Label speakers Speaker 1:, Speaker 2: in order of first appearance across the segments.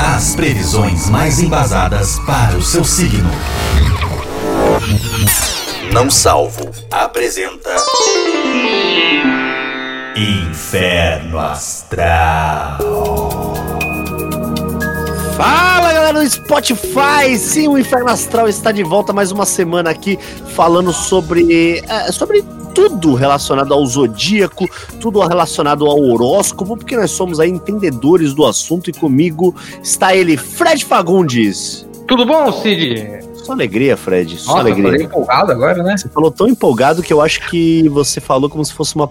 Speaker 1: As previsões mais embasadas para o seu signo. Não salvo. Apresenta. Inferno Astral.
Speaker 2: Fala galera do Spotify! Sim, o Inferno Astral está de volta mais uma semana aqui falando sobre, é, sobre tudo relacionado ao zodíaco, tudo relacionado ao horóscopo, porque nós somos aí entendedores do assunto e comigo está ele, Fred Fagundes.
Speaker 3: Tudo bom, Cid?
Speaker 2: Só alegria, Fred, só
Speaker 3: Nossa, eu tô
Speaker 2: alegria.
Speaker 3: empolgado agora, né?
Speaker 2: Você falou tão empolgado que eu acho que você falou como se fosse uma,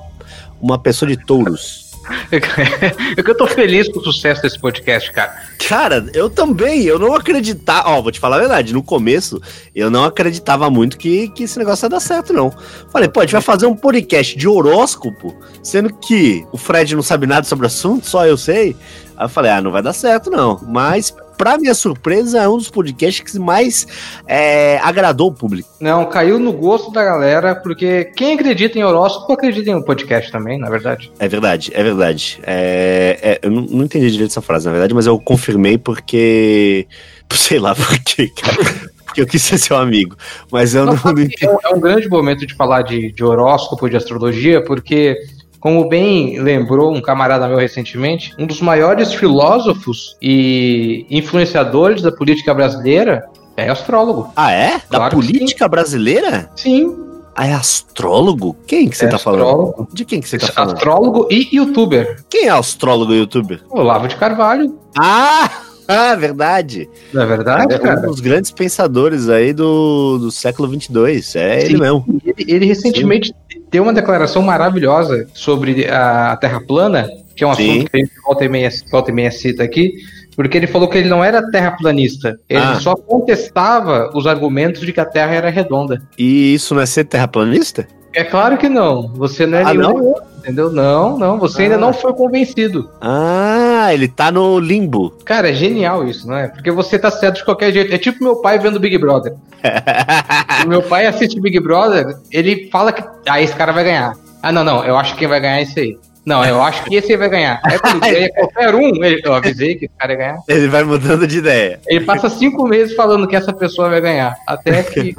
Speaker 2: uma pessoa de touros.
Speaker 3: É que eu tô feliz com o sucesso desse podcast, cara.
Speaker 2: Cara, eu também, eu não acreditava. Ó, vou te falar a verdade, no começo eu não acreditava muito que, que esse negócio ia dar certo, não. Falei, pô, a gente vai fazer um podcast de horóscopo, sendo que o Fred não sabe nada sobre o assunto, só eu sei. Aí eu falei, ah, não vai dar certo, não. Mas, pra minha surpresa, é um dos podcasts que mais é, agradou o público.
Speaker 3: Não, caiu no gosto da galera, porque quem acredita em horóscopo acredita em um podcast também, na verdade.
Speaker 2: É verdade, é verdade. É, é, eu não, não entendi direito essa frase, na verdade, mas eu confirmei porque. Sei lá por quê, cara. Porque eu quis ser seu amigo. Mas eu não,
Speaker 3: Não,
Speaker 2: não,
Speaker 3: sabe,
Speaker 2: entendi.
Speaker 3: é, um, é um grande momento de falar de, de horóscopo, de astrologia, porque, como bem lembrou um camarada meu recentemente, um dos maiores filósofos e influenciadores da política brasileira é astrólogo.
Speaker 2: Ah, é? Da
Speaker 3: Claro que
Speaker 2: política brasileira?
Speaker 3: Sim,
Speaker 2: Ah, é astrólogo? Quem que você
Speaker 3: É
Speaker 2: tá
Speaker 3: astrólogo.
Speaker 2: falando? De quem que você tá falando?
Speaker 3: astrólogo e youtuber.
Speaker 2: Quem é astrólogo youtuber?
Speaker 3: Olavo de Carvalho,
Speaker 2: Ah! Ah, verdade.
Speaker 3: não é verdade,
Speaker 2: é
Speaker 3: cara?
Speaker 2: um dos grandes pensadores aí do, do século 22. É ele
Speaker 3: Sim.
Speaker 2: mesmo.
Speaker 3: Ele, ele recentemente deu uma declaração maravilhosa sobre a, a Terra plana, que é um
Speaker 2: Sim.
Speaker 3: assunto que a gente volta e, meia, volta e meia cita aqui, porque ele falou que ele não era terraplanista, ele
Speaker 2: Ah.
Speaker 3: só contestava os argumentos de que a Terra era redonda.
Speaker 2: E isso não é ser terraplanista?
Speaker 3: É claro que não, você não é
Speaker 2: Ah,
Speaker 3: nenhum, entendeu? Não, não, você ainda
Speaker 2: Ah.
Speaker 3: não foi convencido.
Speaker 2: Ah, ele tá no limbo.
Speaker 3: Cara, é genial isso, não é? Porque você tá certo de qualquer jeito. É tipo meu pai vendo Big Brother. O meu pai assiste Big Brother, ele fala que ah, esse cara vai ganhar. Ah, não, não, eu acho que quem vai ganhar é esse aí. Não, eu acho que esse aí vai ganhar. "É Aí quando ganha qualquer um, ele- eu avisei que esse cara ia ganhar.
Speaker 2: ele vai mudando de ideia.
Speaker 3: Ele passa cinco meses falando que essa pessoa vai ganhar. Até que.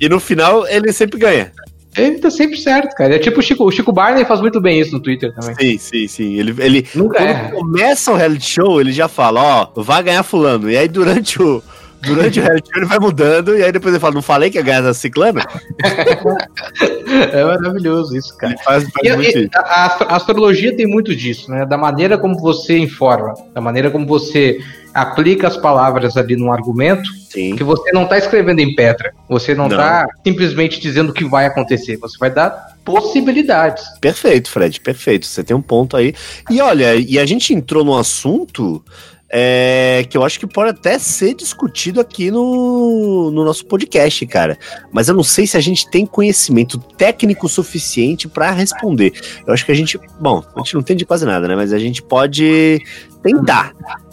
Speaker 2: E no final ele sempre ganha.
Speaker 3: Ele tá sempre certo, cara. É tipo o Chico, o Chico Barney faz muito bem isso no Twitter também.
Speaker 2: Sim, sim, sim. Ele, ele,
Speaker 3: Nunca
Speaker 2: Quando
Speaker 3: erra.
Speaker 2: começa o reality show, ele já fala, ó, vai ganhar fulano. E aí durante o. Durante o reality show ele vai mudando, e aí depois ele fala, não falei que ia ganhar essa ciclana?
Speaker 3: É maravilhoso isso, cara.
Speaker 2: Ele faz, faz
Speaker 3: E-
Speaker 2: muito
Speaker 3: e-
Speaker 2: isso.
Speaker 3: a, a astro- a astrologia tem muito disso, né? Da maneira como você informa, da maneira como você aplica as palavras ali num argumento,
Speaker 2: Sim.
Speaker 3: que você não está escrevendo em pedra, você não
Speaker 2: Não.
Speaker 3: está simplesmente dizendo o que vai acontecer, você vai dar possibilidades.
Speaker 2: Perfeito, Fred, perfeito. Você tem um ponto aí. E olha, e a gente entrou num assunto é, que eu acho que pode até ser discutido aqui no, no nosso podcast, cara. Mas eu não sei se a gente tem conhecimento técnico suficiente para responder. Eu acho que a gente. Bom, a gente não entende quase nada, né? Mas a gente pode tentar.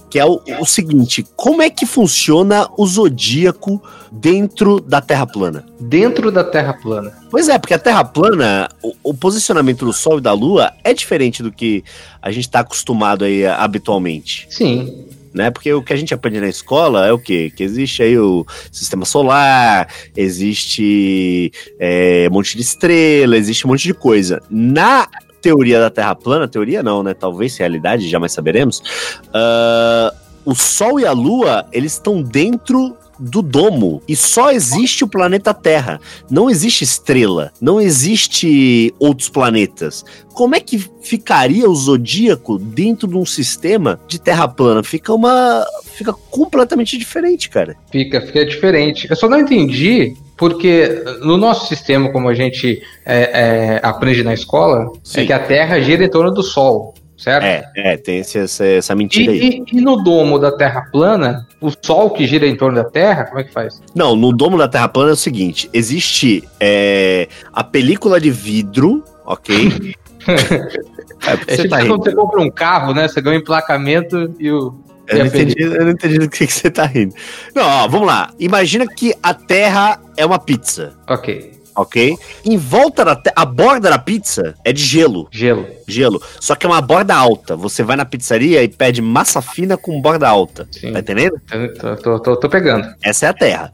Speaker 2: Que é o, o seguinte: como é que funciona o zodíaco dentro da Terra plana?
Speaker 3: Dentro da Terra plana.
Speaker 2: Pois é, porque a Terra plana, o, o posicionamento do Sol e da Lua é diferente do que a gente está acostumado aí a- habitualmente,
Speaker 3: Sim.
Speaker 2: né? Porque o que a gente aprende na escola é o quê? Que existe aí o sistema solar, existe é, um monte de estrela, existe um monte de coisa. Na teoria da Terra plana, teoria não, né? Talvez realidade, jamais saberemos. ah, o Sol e a Lua, eles estão dentro do domo e só existe o planeta Terra. Não existe estrela, não existe outros planetas. Como é que ficaria o zodíaco dentro de um sistema de Terra plana? Fica uma fica completamente diferente, cara.
Speaker 3: Fica, fica diferente. Eu só não entendi porque no nosso sistema, como a gente é, é, aprende na escola,
Speaker 2: Sim.
Speaker 3: é que a Terra gira em torno do Sol, certo?
Speaker 2: É, é, tem esse- essa, essa mentira aí.
Speaker 3: E, e- e no domo da Terra plana, o Sol que gira em torno da Terra, como é que faz?
Speaker 2: Não, no domo da Terra plana é o seguinte: existe é, a película de vidro, ok? é, porque
Speaker 3: É
Speaker 2: você
Speaker 3: tipo
Speaker 2: tá rindo.
Speaker 3: quando você compra um carro, né? Você ganha um emplacamento e o.
Speaker 2: Eu não, entendi, eu não entendi do que, que você tá rindo. Não, ó, vamos lá. Imagina que a Terra é uma pizza.
Speaker 3: Ok.
Speaker 2: ok? Em volta da. Te... A borda da pizza é de gelo.
Speaker 3: Gelo.
Speaker 2: Gelo. Só que é uma borda alta. Você vai na pizzaria e pede massa fina com borda alta.
Speaker 3: Sim.
Speaker 2: Tá entendendo?
Speaker 3: Tô, tô, tô, tô pegando.
Speaker 2: Essa é a terra.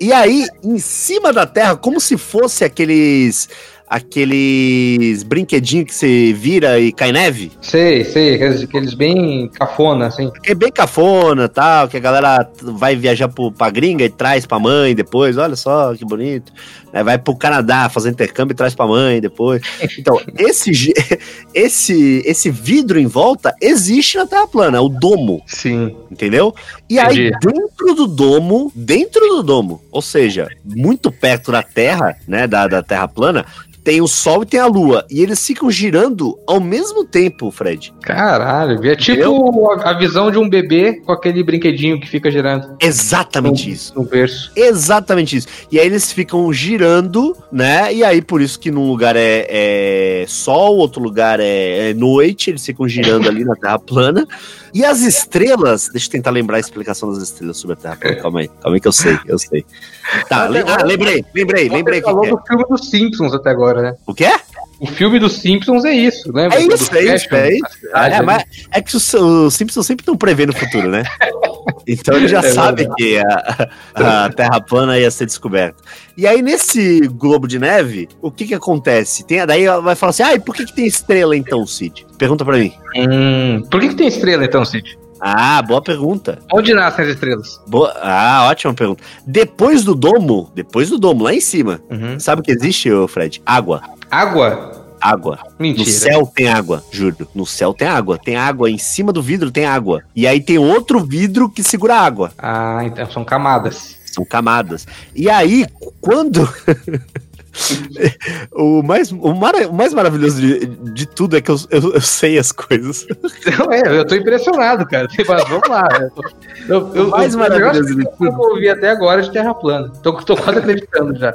Speaker 2: E aí, em cima da terra, como se fosse aqueles. Aqueles brinquedinhos que você vira e cai neve.
Speaker 3: Sei, sei, aqueles, aqueles bem cafona, assim.
Speaker 2: É bem cafona tal, que a galera vai viajar pro, pra gringa e traz pra mãe depois, olha só que bonito. Aí vai pro Canadá fazer intercâmbio e traz pra mãe depois. Então, esse, ge- esse, esse vidro em volta existe na Terra plana, é o domo,
Speaker 3: Sim.
Speaker 2: entendeu? E aí,
Speaker 3: Entendi.
Speaker 2: dentro do domo, dentro do domo, ou seja, muito perto da Terra, né, da, da Terra plana, tem o Sol e tem a Lua. E eles ficam girando ao mesmo tempo, Fred.
Speaker 3: Caralho, é tipo a, a visão de um bebê com aquele brinquedinho que fica girando
Speaker 2: Exatamente isso.
Speaker 3: no berço.
Speaker 2: Exatamente isso. E aí eles ficam girando, né? E aí, por isso que num lugar é, é sol, outro lugar é, é noite, eles ficam girando ali na Terra plana. E as estrelas. Deixa eu tentar lembrar a explicação das estrelas sobre a Terra plana. Calma aí, calma aí que eu sei, eu sei. Tá, le- ah, lembrei, lembrei, lembrei.
Speaker 3: Você
Speaker 2: o que
Speaker 3: falou
Speaker 2: que é.
Speaker 3: do filme dos Simpsons até agora, né?
Speaker 2: O que é?
Speaker 3: O filme dos Simpsons é isso, né?
Speaker 2: É isso, é isso, é isso. É,
Speaker 3: é,
Speaker 2: mas é que os, os Simpsons sempre estão prevendo o futuro, né? Então ele já
Speaker 3: É
Speaker 2: sabe que a, a Terra plana ia ser descoberta. E aí, nesse globo de neve, o que que acontece? Tem, daí ela vai falar assim, ah, e por que que tem estrela então, Cid? Pergunta pra mim.
Speaker 3: Hum, por que, que tem estrela então, Cid?
Speaker 2: Ah, boa pergunta.
Speaker 3: Onde nascem as estrelas?
Speaker 2: Boa, ah, ótima pergunta. Depois do domo, depois do domo, lá em cima,
Speaker 3: Uhum.
Speaker 2: sabe o que existe, ô Fred? Água,
Speaker 3: Água?
Speaker 2: água. No
Speaker 3: Mentira.
Speaker 2: céu tem água, juro. No céu tem água. Tem água em cima do vidro, tem água. E aí tem outro vidro que segura a água.
Speaker 3: Ah, então são camadas.
Speaker 2: São camadas. E aí, quando. o, mais, o, mara- o mais maravilhoso de, de tudo é que eu, eu- eu sei as coisas.
Speaker 3: Então, é, eu tô impressionado, cara. Mas vamos lá. né? Eu, tô- eu, eu,
Speaker 2: o mais
Speaker 3: eu-
Speaker 2: maravilhoso de
Speaker 3: eu acho que eu ouvi até agora é de terra plana. Tô, tô quase acreditando já.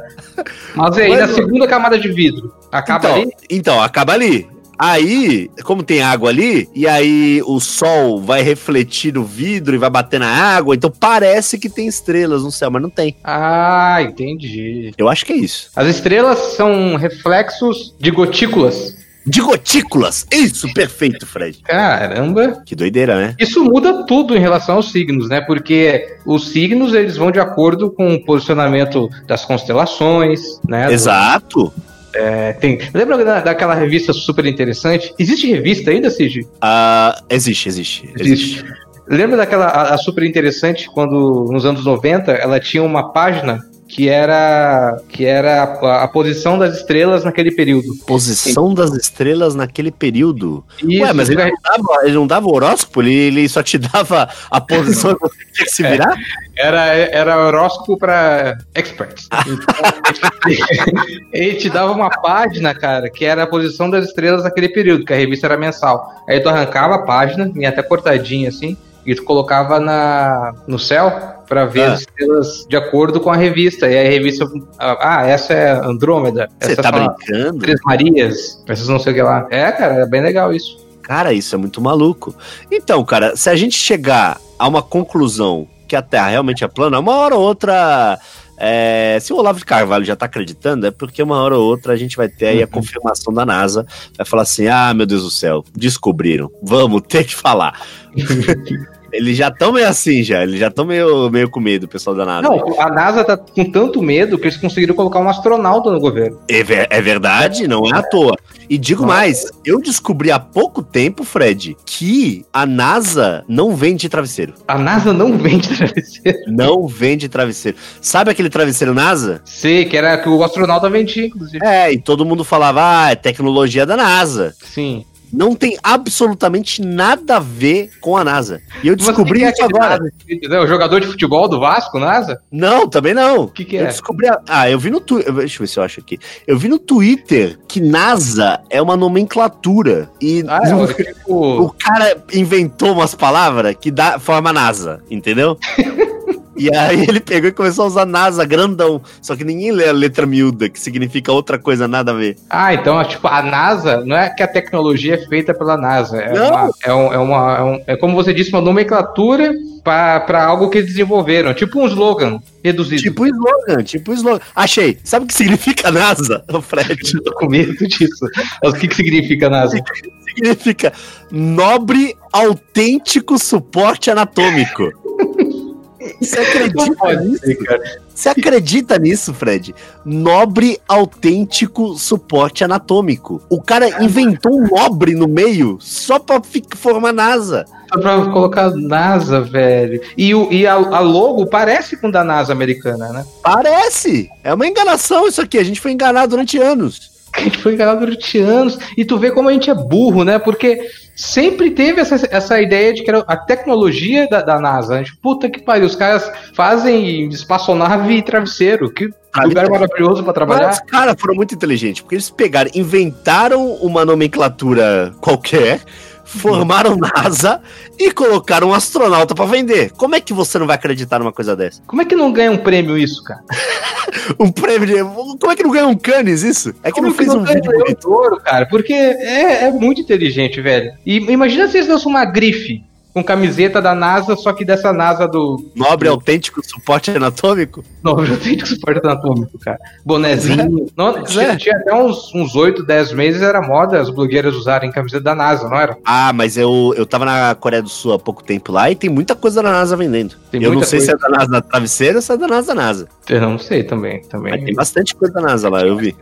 Speaker 3: Mas aí,
Speaker 2: Mas
Speaker 3: na
Speaker 2: o-
Speaker 3: segunda camada de vidro, acaba
Speaker 2: então,
Speaker 3: ali?
Speaker 2: então, acaba ali. Aí, como tem água ali, e aí o sol vai refletir no vidro e vai bater na água, então parece que tem estrelas no céu, mas não tem.
Speaker 3: Ah, entendi.
Speaker 2: Eu acho que é isso.
Speaker 3: As estrelas são reflexos de gotículas.
Speaker 2: De gotículas! Isso, perfeito, Fred.
Speaker 3: Caramba!
Speaker 2: Que doideira, né?
Speaker 3: Isso muda tudo em relação aos signos, né? Porque os signos eles vão de acordo com o posicionamento das constelações, né?
Speaker 2: Exato.
Speaker 3: É, tem- Lembra da- daquela revista super interessante? Existe revista ainda, Cid?
Speaker 2: Ah, existe, existe, existe.
Speaker 3: Lembra daquela a, a super interessante quando nos anos 90 ela tinha uma página que era que era a, a posição das estrelas naquele período.
Speaker 2: Posição das estrelas naquele período.
Speaker 3: Isso, é
Speaker 2: Ué, mas ele não, dava, ele não dava horóscopo? Ele, ele só te dava a posição que você tinha que
Speaker 3: É,
Speaker 2: se virar?
Speaker 3: Era, era horóscopo pra experts. Então, Ele te dava uma página, cara, que era a posição das estrelas naquele período, que a revista era mensal. Aí tu arrancava a página, vinha até cortadinha assim, e tu colocava na, no céu pra ver
Speaker 2: Ah.
Speaker 3: as estrelas de acordo com a revista. E aí a revista. Ah, essa é Andrômeda.
Speaker 2: Você
Speaker 3: essa
Speaker 2: tá
Speaker 3: fala
Speaker 2: brincando?
Speaker 3: Três Marias. Essas não sei o que lá. É, cara, é bem legal isso.
Speaker 2: Cara, isso é muito maluco. Então, cara, se a gente chegar a uma conclusão que a Terra realmente é plana, uma hora ou outra. é, se o Olavo de Carvalho já tá acreditando, é porque uma hora ou outra a gente vai ter aí a
Speaker 3: Uhum.
Speaker 2: confirmação da NASA. Vai falar assim: ah, meu Deus do céu, descobriram. Vamos ter que falar. Eles já estão meio assim, já. Eles já estão meio, meio com medo, o pessoal da NASA.
Speaker 3: Não, a NASA tá com tanto medo que eles conseguiram colocar um astronauta no governo.
Speaker 2: É, ver- é verdade, não é à toa. E digo
Speaker 3: Não.
Speaker 2: mais, eu descobri há pouco tempo, Fred, que a NASA não vende travesseiro.
Speaker 3: A NASA não vende travesseiro.
Speaker 2: Não vende travesseiro. Sabe aquele travesseiro NASA?
Speaker 3: Sei, que era que o astronauta vendia, inclusive.
Speaker 2: É, e todo mundo falava, ah, é tecnologia da NASA.
Speaker 3: Sim.
Speaker 2: Não tem absolutamente nada a ver com a NASA. E eu descobri
Speaker 3: Mas o que que
Speaker 2: isso
Speaker 3: é aquele
Speaker 2: agora.
Speaker 3: NASA, entendeu? O jogador de futebol do Vasco, NASA?
Speaker 2: Não, também não.
Speaker 3: O que, que
Speaker 2: Eu
Speaker 3: é?
Speaker 2: descobri. a- Ah, eu vi no Twitter. Deixa eu ver se eu acho aqui. Eu vi no Twitter que NASA é uma nomenclatura. E
Speaker 3: Ah, é,
Speaker 2: não-
Speaker 3: olha, tipo.
Speaker 2: O cara inventou umas palavras que dá forma NASA, entendeu? E aí ele pegou e começou a usar NASA grandão. Só que ninguém lê a letra miúda, que significa outra coisa nada a ver.
Speaker 3: Ah, então, tipo, a NASA, não é que a tecnologia é feita pela NASA. É,
Speaker 2: Não.
Speaker 3: uma, é, um- é uma- é um- é como você disse, uma nomenclatura para algo que eles desenvolveram. Tipo um slogan reduzido.
Speaker 2: Tipo slogan, tipo slogan. Achei. Sabe o que significa NASA, ô Fred?
Speaker 3: eu tô com medo disso. Mas o que, que significa NASA?
Speaker 2: Tipo, significa nobre, autêntico suporte anatômico. Você
Speaker 3: Não
Speaker 2: acredita
Speaker 3: pode
Speaker 2: nisso?
Speaker 3: ser, cara.
Speaker 2: Você acredita nisso, Fred? Nobre, autêntico suporte anatômico. O cara inventou um nobre no meio só pra fi- formar NASA.
Speaker 3: Só pra colocar NASA, velho. E, o, e a, a logo parece com da NASA americana, né?
Speaker 2: Parece! É uma enganação isso aqui. A gente foi enganado durante anos.
Speaker 3: A gente foi enganado durante anos. E tu vê como a gente é burro, né? Porque sempre teve essa, essa ideia de que era a tecnologia da, da NASA. A gente, puta que pariu, os caras fazem espaçonave e travesseiro. Que lugar maravilhoso pra
Speaker 2: Mas
Speaker 3: trabalhar.
Speaker 2: os caras foram muito inteligentes, porque eles pegaram, inventaram uma nomenclatura qualquer, formaram NASA e colocaram um astronauta pra vender. Como é que você não vai acreditar numa coisa dessa?
Speaker 3: Como é que não ganha um prêmio isso, cara?
Speaker 2: Um prêmio de... Como é que não ganhou um Cannes isso? É que
Speaker 3: Como
Speaker 2: não fez um
Speaker 3: ganha
Speaker 2: vídeo bonito.
Speaker 3: um ouro, cara? Porque é, é muito inteligente, velho. E imagina se eles lançam uma grife com camiseta da NASA, só que dessa NASA do,
Speaker 2: Nobre, autêntico, suporte anatômico?
Speaker 3: Nobre autêntico suporte anatômico, cara. Bonezinho. Não, tinha, tinha até uns, uns 8, 10 meses, era moda as blogueiras usarem camiseta da NASA, não era?
Speaker 2: Ah, mas eu, eu tava na Coreia do Sul há pouco tempo lá e tem muita coisa da NASA vendendo.
Speaker 3: Tem
Speaker 2: eu não
Speaker 3: muita
Speaker 2: sei se
Speaker 3: coisa.
Speaker 2: é da NASA na travesseira ou se é da NASA da NASA.
Speaker 3: Eu não sei também.
Speaker 2: Mas tem
Speaker 3: também.
Speaker 2: bastante coisa da NASA lá, eu vi.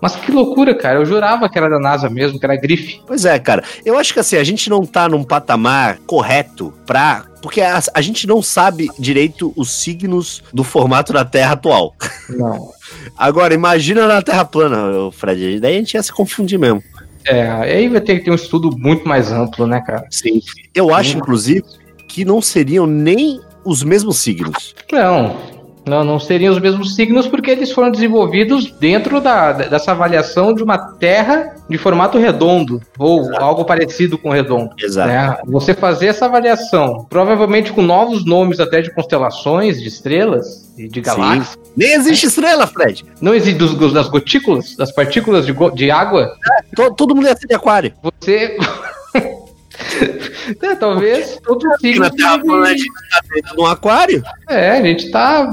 Speaker 3: Mas que loucura, cara. Eu jurava que era da NASA mesmo, que era grife.
Speaker 2: Pois é, cara. Eu acho que assim, a gente não tá num patamar correto pra. Porque a, a gente não sabe direito os signos do formato da Terra atual.
Speaker 3: Não.
Speaker 2: Agora, imagina na Terra plana, ô, Fred. Daí a gente ia se confundir mesmo.
Speaker 3: É, aí vai ter que ter um estudo muito mais amplo, né, cara?
Speaker 2: Sim. Eu acho, inclusive, que não seriam nem os mesmos signos.
Speaker 3: Não. Não, não seriam os mesmos signos porque eles foram desenvolvidos dentro da, dessa avaliação de uma terra de formato redondo ou algo parecido com redondo.
Speaker 2: Exato.
Speaker 3: né? Você fazer essa avaliação, provavelmente com novos nomes até de constelações, de estrelas e de galáxias.
Speaker 2: Nem existe estrela, Fred.
Speaker 3: Não existe dos, dos- das gotículas, das partículas de, go- de água.
Speaker 2: To- todo mundo ia ser de aquário.
Speaker 3: Você. É, talvez todo
Speaker 2: Porque
Speaker 3: signo.
Speaker 2: na Terra plana a gente tá dentro de um aquário.
Speaker 3: É, a gente tá.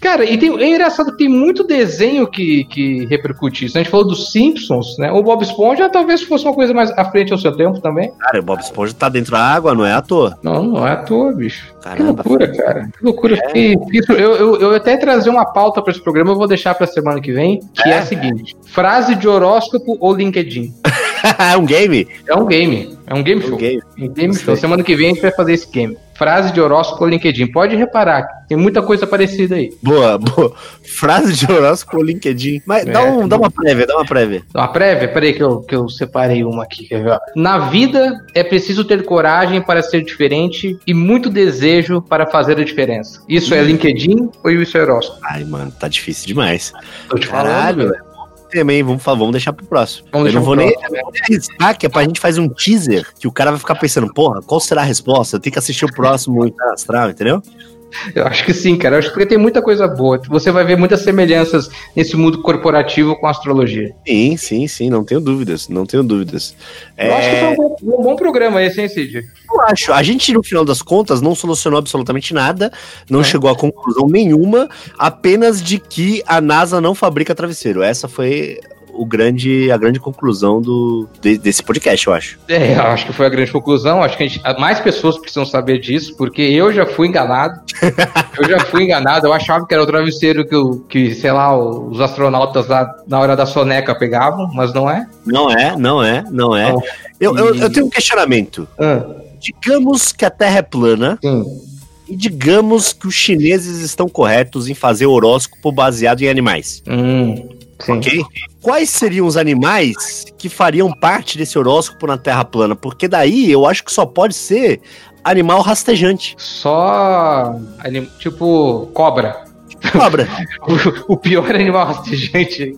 Speaker 3: Cara, e tem, é engraçado que tem muito desenho que, que repercute isso. né? A gente falou dos Simpsons, né? O Bob Esponja talvez fosse uma coisa mais à frente ao seu tempo também.
Speaker 2: Cara, o Bob Esponja tá dentro da água, não é à toa.
Speaker 3: Não, não é à toa, bicho. Que
Speaker 2: Caramba. É.
Speaker 3: loucura, cara. Que loucura. Fiquei- fiquei sur- Eu, eu, eu até trazer uma pauta pra esse programa, eu vou deixar pra semana que vem, que é, a seguinte: frase de horóscopo ou LinkedIn.
Speaker 2: é um game?
Speaker 3: É um game. É um game
Speaker 2: É um
Speaker 3: show.
Speaker 2: game.
Speaker 3: Um game
Speaker 2: Gostei.
Speaker 3: show. Semana que vem a gente vai fazer esse game. Frase de horóscopo ou LinkedIn. Pode reparar, tem muita coisa parecida aí.
Speaker 2: Boa, boa. Frase de horóscopo ou LinkedIn. Mas
Speaker 3: É,
Speaker 2: dá, um, dá uma prévia, dá uma prévia.
Speaker 3: Uma prévia? Peraí que eu, que eu separei uma aqui, quer ver? ó. Na vida é preciso ter coragem para ser diferente e muito desejo para fazer a diferença. Isso é LinkedIn ou isso é horóscopo?
Speaker 2: Ai, mano, tá difícil demais.
Speaker 3: Tô te
Speaker 2: Caralho, velho. Também, vamos, fa- vamos deixar pro próximo.
Speaker 3: Vamos
Speaker 2: Eu não
Speaker 3: deixar
Speaker 2: vou
Speaker 3: pro
Speaker 2: nem
Speaker 3: próximo, né?
Speaker 2: nem arriscar, que é pra gente fazer um teaser que o cara vai ficar pensando, porra, qual será a resposta? Eu tenho que assistir o próximo astral, entendeu?
Speaker 3: Eu acho que sim, cara. Eu acho que tem muita coisa boa. Você vai ver muitas semelhanças nesse mundo corporativo com a astrologia.
Speaker 2: Sim, sim, sim, não tenho dúvidas, não tenho dúvidas.
Speaker 3: Eu acho que
Speaker 2: É,
Speaker 3: foi um bom, um bom programa esse, hein, Cid?
Speaker 2: eu acho. A gente, no final das contas, não solucionou absolutamente nada, não
Speaker 3: É.
Speaker 2: chegou a conclusão nenhuma, apenas de que a NASA não fabrica travesseiro. Essa foi o grande, a grande conclusão do, de- desse podcast, eu acho.
Speaker 3: É, eu acho que foi a grande conclusão. Acho que a gente, mais pessoas precisam saber disso, porque eu já fui enganado. eu já fui enganado. Eu achava que era o travesseiro que, o- que sei lá, os astronautas lá na hora da soneca pegavam, mas não é.
Speaker 2: Não é, não é, não é.
Speaker 3: Não.
Speaker 2: Eu, eu, eu
Speaker 3: E-
Speaker 2: tenho um questionamento.
Speaker 3: Ah,
Speaker 2: Digamos que a Terra é plana
Speaker 3: sim.
Speaker 2: e digamos que os chineses estão corretos em fazer horóscopo baseado em animais.
Speaker 3: Hum, sim.
Speaker 2: Ok? Quais seriam os animais que fariam parte desse horóscopo na Terra plana? Porque daí eu acho que só pode ser animal rastejante.
Speaker 3: Só. anim- Tipo, cobra.
Speaker 2: Cobra.
Speaker 3: O, o pior animal rastejante.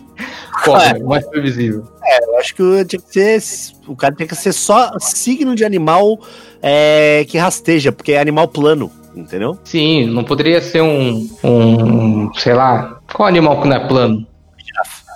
Speaker 3: Cobra, o mais previsível.
Speaker 2: eu acho que tinha que ser. O cara tem que ser só signo de animal é, que rasteja, porque é animal plano. entendeu?
Speaker 3: Sim, não poderia ser um, um sei lá, qual animal que não é plano?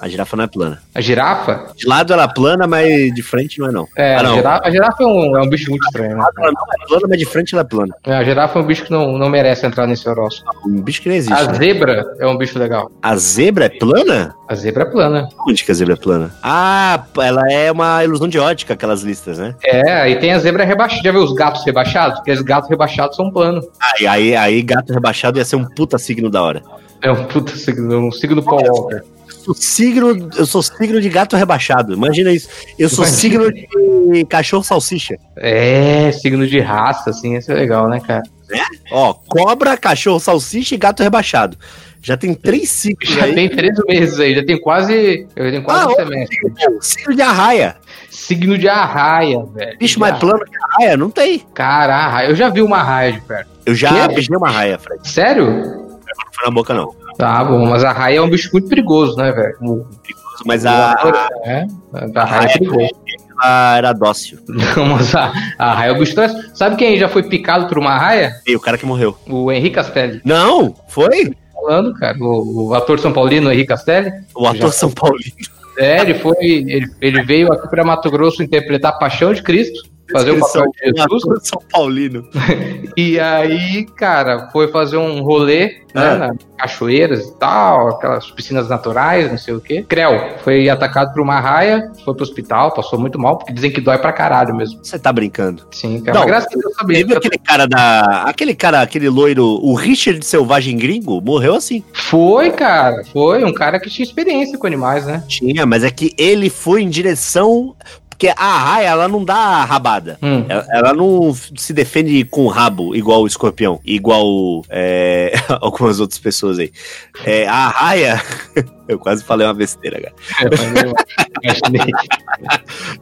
Speaker 2: A girafa não é plana.
Speaker 3: A girafa?
Speaker 2: De lado ela é plana, mas de frente não é não.
Speaker 3: É,
Speaker 2: ah, não.
Speaker 3: A, girafa a girafa é um, é um bicho muito estranho, né?
Speaker 2: Ela não é plana, mas de frente ela é plana.
Speaker 3: É, a girafa é um bicho que não, não merece entrar nesse horóscopo.
Speaker 2: Um bicho que não existe.
Speaker 3: A
Speaker 2: né?
Speaker 3: zebra é um bicho legal.
Speaker 2: A zebra é plana?
Speaker 3: A zebra é plana.
Speaker 2: Onde que a zebra é plana? Ah, ela é uma ilusão de ótica, aquelas listas, né?
Speaker 3: É, e tem a zebra rebaixada. Já viu os gatos rebaixados? Porque os gatos rebaixados são plano.
Speaker 2: Aí, aí, aí gato rebaixado ia ser um puta signo da hora.
Speaker 3: É um puta signo, um signo Paul Walker.
Speaker 2: Eu sou signo, eu sou signo de gato rebaixado, imagina isso. Eu sou
Speaker 3: Imagina.
Speaker 2: signo de cachorro salsicha.
Speaker 3: É, signo de raça, assim, isso é legal, né, cara?
Speaker 2: Ó, cobra, cachorro salsicha e gato rebaixado. Já tem três signos
Speaker 3: Já
Speaker 2: aí.
Speaker 3: tem três meses aí, já tem quase. Eu tenho quase
Speaker 2: Ah,
Speaker 3: um
Speaker 2: ó,
Speaker 3: semestre.
Speaker 2: signo de arraia.
Speaker 3: Signo de arraia, velho.
Speaker 2: Bicho
Speaker 3: De
Speaker 2: mais
Speaker 3: arraia.
Speaker 2: plano que arraia, não tem.
Speaker 3: Cara, arraia. Eu já vi uma arraia de perto.
Speaker 2: Eu já
Speaker 3: Que?
Speaker 2: beijei uma arraia, Fred.
Speaker 3: Sério?
Speaker 2: Não foi na boca, não.
Speaker 3: Tá bom, mas a arraia é um bicho muito perigoso, né, velho? O-
Speaker 2: Mas a,
Speaker 3: É, a arraia é perigoso.
Speaker 2: a era dócil.
Speaker 3: Não, mas a, a arraia é um bicho estranho. Sabe quem já foi picado por uma arraia?
Speaker 2: E o cara que morreu.
Speaker 3: O Henrique Castelli.
Speaker 2: Não, foi?
Speaker 3: Falando, cara. O, o ator São Paulino, Henrique Castelli.
Speaker 2: O ator
Speaker 3: Já.
Speaker 2: São Paulino.
Speaker 3: É, ele foi. Ele, ele veio aqui pra Mato Grosso interpretar a Paixão de Cristo, fazer o papel de
Speaker 2: O
Speaker 3: Jesus.
Speaker 2: ator São Paulino.
Speaker 3: E aí, cara, foi fazer um rolê, né?
Speaker 2: Ah.
Speaker 3: na- cachoeiras e tal, aquelas piscinas naturais, não sei o quê. Creu, foi atacado por uma raia, foi pro hospital, passou muito mal, porque dizem que dói pra caralho mesmo.
Speaker 2: Você tá brincando.
Speaker 3: Sim, cara.
Speaker 2: Não,
Speaker 3: Mas graças a Deus eu
Speaker 2: Você
Speaker 3: sabia.
Speaker 2: viu aquele cara da. Aquele cara, aquele loiro, o Richard Selvagem Gringo, morreu assim.
Speaker 3: Foi, cara, foi um cara que tinha experiência com animais, né?
Speaker 2: Tinha, mas é que ele foi em direção. Porque a raia, ela não dá rabada.
Speaker 3: Hum.
Speaker 2: Ela, ela não se defende com o rabo, igual o escorpião, igual é, algumas outras pessoas aí. É, a raia. Eu quase falei uma besteira, cara.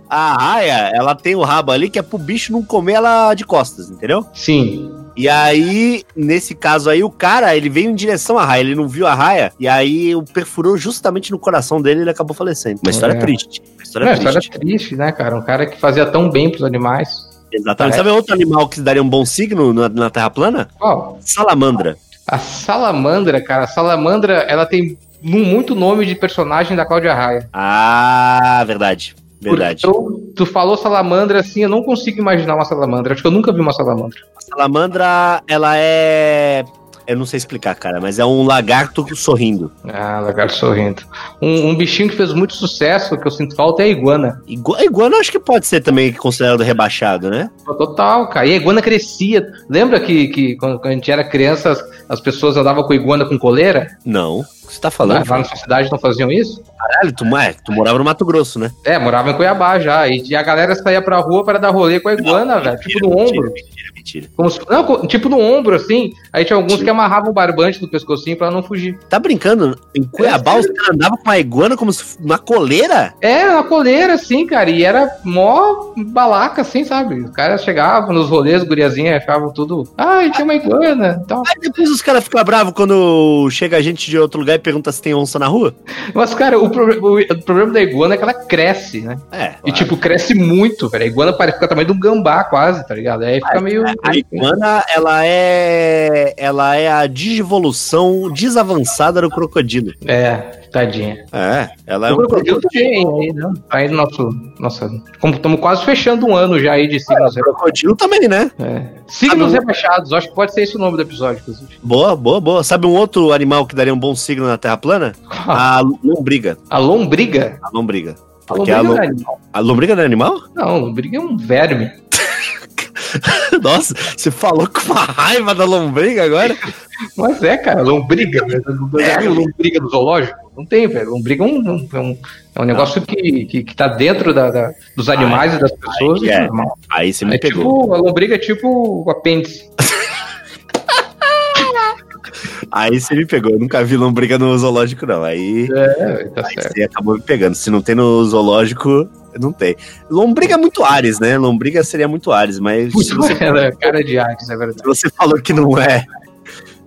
Speaker 2: A raia, ela tem o rabo ali que é pro bicho não comer ela de costas, entendeu?
Speaker 3: Sim.
Speaker 2: E aí, nesse caso aí, o cara, ele veio em direção à raia, ele não viu a raia, e aí o perfurou justamente no coração dele e ele acabou falecendo. Uma história
Speaker 3: É.
Speaker 2: triste. Uma história
Speaker 3: Não, a
Speaker 2: triste.
Speaker 3: história é triste, né, cara? Um cara que fazia tão bem pros animais. tá
Speaker 2: Exatamente.
Speaker 3: é.
Speaker 2: Sabe outro animal que daria um bom signo na, na Terra plana?
Speaker 3: Qual?
Speaker 2: Salamandra.
Speaker 3: A salamandra, cara, a salamandra, ela tem nu- muito nome de personagem da Cláudia Raia.
Speaker 2: Ah, verdade. Verdade.
Speaker 3: Porque eu- tu falou salamandra assim, eu não consigo imaginar uma salamandra. Acho que eu nunca vi uma salamandra.
Speaker 2: A salamandra, ela é. Eu não sei explicar, cara, mas é um lagarto sorrindo.
Speaker 3: Ah, lagarto sorrindo. Um, um bichinho que fez muito sucesso, que eu sinto falta, é a iguana.
Speaker 2: Igua- A iguana acho que pode ser também considerado rebaixado, né?
Speaker 3: Total, cara. E a iguana crescia. Lembra que, que quando, quando a gente era criança, as, as pessoas andavam com iguana com coleira?
Speaker 2: Não. O que você tá
Speaker 3: Lá,
Speaker 2: falando?
Speaker 3: lá na sua cidade não faziam isso?
Speaker 2: Caralho, tu, é, tu morava no Mato Grosso, né?
Speaker 3: É, morava em Cuiabá já. E a galera saía pra rua para dar rolê com a iguana, velho. Tipo no ombro.
Speaker 2: Mentira, mentira.
Speaker 3: Como se- não, co- tipo no ombro, assim. Aí tinha alguns
Speaker 2: Sim.
Speaker 3: que amarravam o barbante no pescocinho pra não fugir.
Speaker 2: Tá brincando? Em Cuiabá, os caras andavam com uma iguana como se f- uma coleira?
Speaker 3: É, na coleira, assim, cara. E era mó balaca, assim, sabe? Os caras chegavam nos rolês, guriazinha, achavam tudo. Ai, tinha uma iguana e tal.
Speaker 2: Aí depois os caras ficam bravos quando chega gente de outro lugar e pergunta se tem onça na rua?
Speaker 3: Mas, cara, o, proble- o- o problema da iguana é que ela cresce, né?
Speaker 2: É.
Speaker 3: E, tipo, cresce muito, velho. A iguana parece ficar tamanho de um gambá, quase, tá ligado? Aí fica meio.
Speaker 2: A iguana, ela é. Ela é a digivolução desavançada do crocodilo.
Speaker 3: É, tadinha.
Speaker 2: É, ela é
Speaker 3: O
Speaker 2: um
Speaker 3: crocodilo também, aí, Tá né? Aí no nosso. Nossa, como estamos quase fechando um ano já aí de signos
Speaker 2: crocodilo também, né?
Speaker 3: É. Signos
Speaker 2: Tá bom.
Speaker 3: rebaixados, acho que pode ser esse o nome do episódio, inclusive.
Speaker 2: Boa, boa, boa. Sabe um outro animal que daria um bom signo na Terra plana? A lombriga.
Speaker 3: A lombriga?
Speaker 2: A lombriga.
Speaker 3: A
Speaker 2: Porque
Speaker 3: lombriga
Speaker 2: a
Speaker 3: não
Speaker 2: lo-
Speaker 3: é animal.
Speaker 2: A lombriga não é animal?
Speaker 3: Não, a lombriga é um verme.
Speaker 2: Nossa, você falou com uma raiva da lombriga agora?
Speaker 3: Mas é, cara, lombriga. Já viu lombriga no zoológico? Não tem, velho. Lombriga é um, um- é um, é um negócio que, que, que tá dentro da, da- dos animais e das pessoas.
Speaker 2: aí é.
Speaker 3: É normal.
Speaker 2: Aí você me
Speaker 3: É
Speaker 2: pegou.
Speaker 3: tipo, a lombriga é tipo o apêndice. tipo-
Speaker 2: Aí você me pegou. Eu nunca vi lombriga no zoológico, não. Aí,
Speaker 3: É, tá
Speaker 2: aí
Speaker 3: certo.
Speaker 2: você acabou me pegando. Se não tem no zoológico, não tem. Lombriga é muito Ares, né? Lombriga seria muito Ares, mas se você,
Speaker 3: Ela é cara de Ares, é verdade.
Speaker 2: se você falou que não é.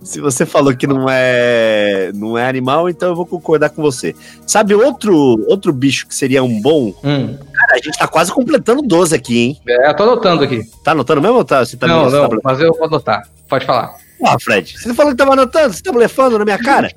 Speaker 2: Se você falou que não é não é animal, então eu vou concordar com você. Sabe outro outro bicho que seria um bom?
Speaker 3: Hum.
Speaker 2: Cara, a gente tá quase completando 12 aqui, hein?
Speaker 3: É, eu tô anotando aqui.
Speaker 2: Tá anotando mesmo ou tá, você tá
Speaker 3: não,
Speaker 2: você tá
Speaker 3: não, mas eu vou anotar. Pode falar.
Speaker 2: Porra, Fred, você falou que tava anotando? Você tá blefando na minha cara?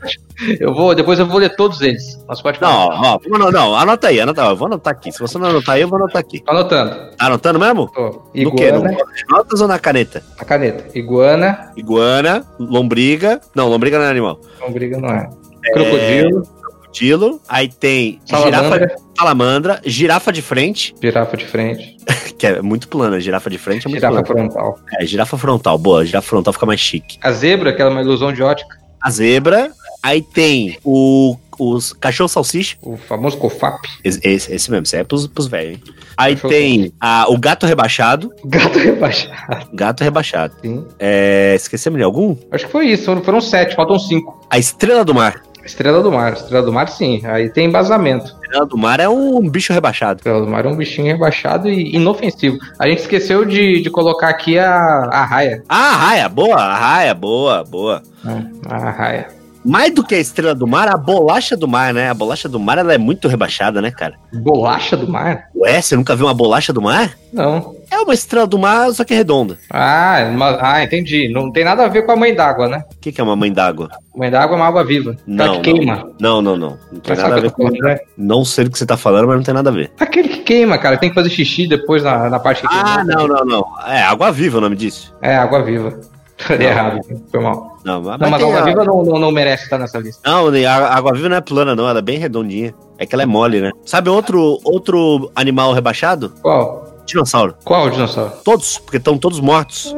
Speaker 3: Eu vou, depois eu vou ler todos eles. Mas pode
Speaker 2: Não, ó, não, não, não, anota aí, anota aí. Eu vou anotar aqui. Se você não anotar aí, eu vou anotar aqui.
Speaker 3: Tô anotando.
Speaker 2: Tá anotando mesmo?
Speaker 3: Tô.
Speaker 2: No quê? No
Speaker 3: Iguana,
Speaker 2: bloco de notas ou na caneta?
Speaker 3: a caneta. Iguana,
Speaker 2: Iguana, lombriga. Não, lombriga não é animal.
Speaker 3: lombriga não é. Crocodilo,
Speaker 2: Dilo. Aí tem girafa,
Speaker 3: salamandra,
Speaker 2: salamandra, girafa de frente,
Speaker 3: girafa de frente,
Speaker 2: que é muito plana. Girafa de frente é muito
Speaker 3: girafa
Speaker 2: plana.
Speaker 3: frontal.
Speaker 2: É, girafa frontal, boa. Girafa frontal fica mais chique.
Speaker 3: A zebra, que é uma ilusão de ótica.
Speaker 2: A zebra. Aí tem o, os cachorro salsicha.
Speaker 3: O famoso COFAP.
Speaker 2: Esse, esse- esse mesmo, esse é pros, pros velhos, hein? Aí
Speaker 3: Cachorro
Speaker 2: tem a- o gato rebaixado.
Speaker 3: Gato rebaixado.
Speaker 2: Gato rebaixado.
Speaker 3: Sim.
Speaker 2: É, esquecemos de algum?
Speaker 3: Acho que foi isso. Foram, foram sete, faltam cinco.
Speaker 2: A estrela do mar.
Speaker 3: Estrela do mar. Estrela do mar, sim. Aí tem embasamento.
Speaker 2: A estrela do mar é um bicho rebaixado.
Speaker 3: Estrela do mar é um bichinho rebaixado e inofensivo. A gente esqueceu de, de colocar aqui a, a raia.
Speaker 2: Ah, a raia, boa, a raia, boa, boa.
Speaker 3: né? A raia.
Speaker 2: Mais do que a estrela do mar, a bolacha do mar, né? A bolacha do mar, ela é muito rebaixada, né, cara?
Speaker 3: Bolacha do mar?
Speaker 2: Ué, você nunca viu uma bolacha do mar?
Speaker 3: Não.
Speaker 2: É uma estrela do mar, só que é redonda.
Speaker 3: Ah, uma- ah, entendi. Não tem nada a ver com a mãe d'água, né?
Speaker 2: O que, que é uma mãe d'água?
Speaker 3: Mãe d'água é uma água viva. Aquela
Speaker 2: Não,
Speaker 3: que queima.
Speaker 2: Não, não, não. Não tem
Speaker 3: Mas
Speaker 2: nada
Speaker 3: sabe
Speaker 2: a
Speaker 3: o que
Speaker 2: ver
Speaker 3: eu tô
Speaker 2: com.
Speaker 3: falando, né?
Speaker 2: Não sei do que você tá falando, mas não tem nada a ver.
Speaker 3: Aquele que queima, cara. Tem que fazer xixi depois na, na parte que
Speaker 2: Ah,
Speaker 3: queima.
Speaker 2: não, não, não. É água viva o nome disso.
Speaker 3: É, água viva. Falei
Speaker 2: Não.
Speaker 3: errado. Foi mal.
Speaker 2: Não, mas,
Speaker 3: Não, mas
Speaker 2: tem
Speaker 3: água
Speaker 2: a-
Speaker 3: viva não, não, não merece estar nessa lista.
Speaker 2: Não, nem- a água viva não é plana, não. Ela é bem redondinha. É que ela é mole, né? Sabe outro, outro animal rebaixado?
Speaker 3: Qual?
Speaker 2: Dinossauro.
Speaker 3: Qual dinossauro?
Speaker 2: Todos, porque estão todos mortos.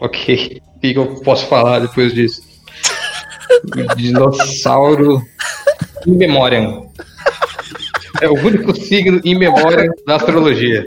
Speaker 3: Ok. O que que eu posso falar depois disso? Dinossauro in memoriam. É o único signo in memoriam da astrologia.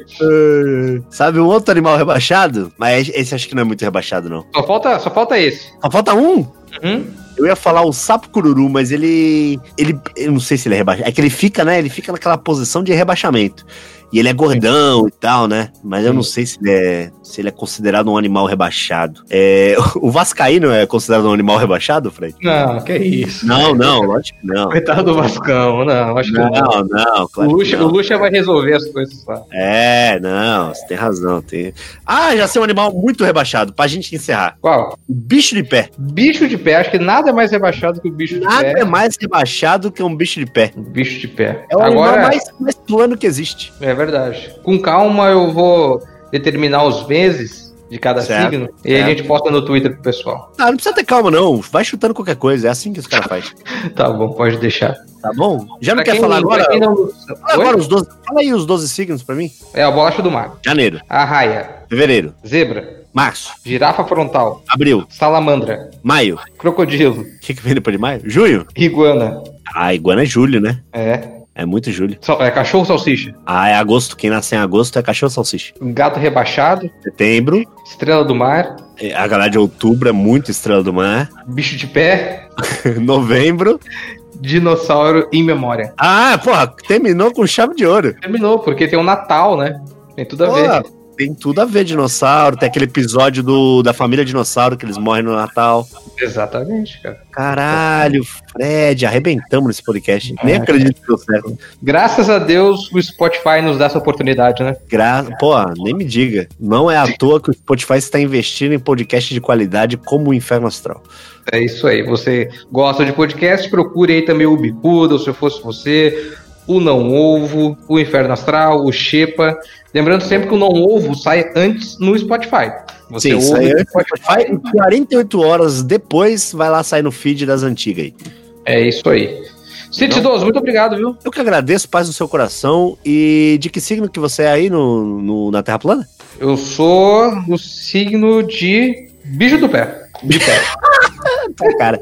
Speaker 2: Sabe um outro animal rebaixado? Mas esse acho que não é muito rebaixado, não.
Speaker 3: Só falta, só falta esse.
Speaker 2: Só falta um?
Speaker 3: Uhum.
Speaker 2: Eu ia falar o sapo cururu, mas ele. ele eu não sei se ele é rebaixado. É que ele fica, né? Ele fica naquela posição de rebaixamento. E ele é gordão e tal, né? Mas eu não sei se ele é, se ele é considerado um animal rebaixado. É, o Vascaíno é considerado um animal rebaixado, Fred?
Speaker 3: Não, que isso.
Speaker 2: Não, não, lógico que não.
Speaker 3: Coitado do Vascão, não, acho que não.
Speaker 2: Não, não,
Speaker 3: O
Speaker 2: claro. que
Speaker 3: Lucha, o
Speaker 2: não.
Speaker 3: Lucha vai resolver as coisas lá.
Speaker 2: É, não, você tem razão. Tem... Ah, já sei um animal muito rebaixado, pra gente encerrar.
Speaker 3: Qual?
Speaker 2: O bicho de pé.
Speaker 3: Bicho de pé, acho que nada é mais rebaixado que o bicho de
Speaker 2: Nada
Speaker 3: pé.
Speaker 2: é mais rebaixado que um bicho de pé.
Speaker 3: Bicho de pé.
Speaker 2: É o animal mais, mais plano que existe.
Speaker 3: É verdade. Com calma eu vou determinar os meses de cada
Speaker 2: Certo,
Speaker 3: signo e aí a gente posta no Twitter pro pessoal.
Speaker 2: Ah, não precisa ter calma, não. Vai chutando qualquer coisa. É assim que os caras fazem.
Speaker 3: Tá bom, pode deixar.
Speaker 2: Tá bom? Já não
Speaker 3: Pra
Speaker 2: quer
Speaker 3: quem-
Speaker 2: falar agora?
Speaker 3: pra quem não-
Speaker 2: Fala agora
Speaker 3: Oi?
Speaker 2: os 12. Fala aí os 12 signos pra mim.
Speaker 3: É a bolacha do mar,
Speaker 2: Janeiro,
Speaker 3: arraia,
Speaker 2: fevereiro,
Speaker 3: zebra,
Speaker 2: março,
Speaker 3: girafa frontal,
Speaker 2: abril,
Speaker 3: salamandra,
Speaker 2: maio.
Speaker 3: crocodilo,
Speaker 2: O que, que vem depois de maio? Junho?
Speaker 3: iguana.
Speaker 2: Ah, iguana é julho, né?
Speaker 3: É.
Speaker 2: É muito julho.
Speaker 3: Sal- é cachorro salsicha,
Speaker 2: Ah, é agosto. Quem nasce em agosto é cachorro salsicha.
Speaker 3: gato rebaixado,
Speaker 2: Setembro.
Speaker 3: estrela do mar,
Speaker 2: é, A galera de outubro é muito estrela do mar.
Speaker 3: bicho de pé,
Speaker 2: Novembro.
Speaker 3: dinossauro em memória.
Speaker 2: Ah, porra, terminou com chave de ouro.
Speaker 3: Terminou, porque tem o Natal, né? Tem tudo a ver.
Speaker 2: Pô, tem tudo a ver, dinossauro. Tem aquele episódio do, da família dinossauro que eles morrem no Natal.
Speaker 3: Exatamente, cara.
Speaker 2: Caralho, Fred, arrebentamos nesse podcast. Nem
Speaker 3: Ah,
Speaker 2: acredito que deu certo.
Speaker 3: Graças a Deus o Spotify nos dá essa oportunidade, né?
Speaker 2: Gra... Pô, nem me diga. Não é à toa que o Spotify está investindo em podcast de qualidade como o Inferno Astral.
Speaker 3: É isso aí. Você gosta de podcast? Procure aí também o Bicuda, ou se eu fosse você, o Não Ovo, o Inferno Astral, o Xepa. Lembrando sempre que o Não Ovo sai antes no Spotify. Você
Speaker 2: Sim, sai
Speaker 3: no
Speaker 2: antes
Speaker 3: Spotify.
Speaker 2: E 48 horas depois vai lá sair no feed das antigas aí.
Speaker 3: É isso aí. Cid Idoso, muito obrigado, viu?
Speaker 2: Eu que agradeço, paz no seu coração. E de que signo que você é aí no, no- na Terra Plana?
Speaker 3: Eu sou o signo de bicho do pé. De pé.
Speaker 2: Tá, cara.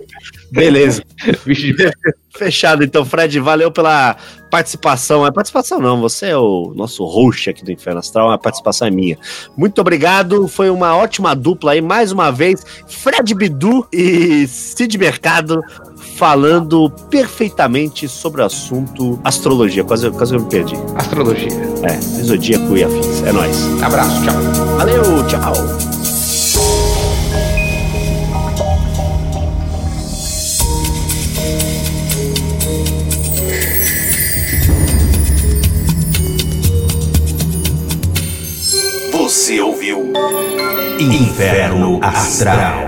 Speaker 2: Beleza.
Speaker 3: bicho de pé.
Speaker 2: Fechado, então, Fred, valeu pela participação. É participação não, você é o nosso host aqui do Inferno Astral, a participação é minha. Muito obrigado, foi uma ótima dupla aí, mais uma vez, Fred Bidu e Cid Mercado falando perfeitamente sobre o assunto astrologia, quase, quase eu me perdi.
Speaker 3: Astrologia.
Speaker 2: É, zodíaco e afins, é nóis.
Speaker 3: Abraço, tchau.
Speaker 2: Valeu, tchau!
Speaker 1: Você ouviu Inferno Astral.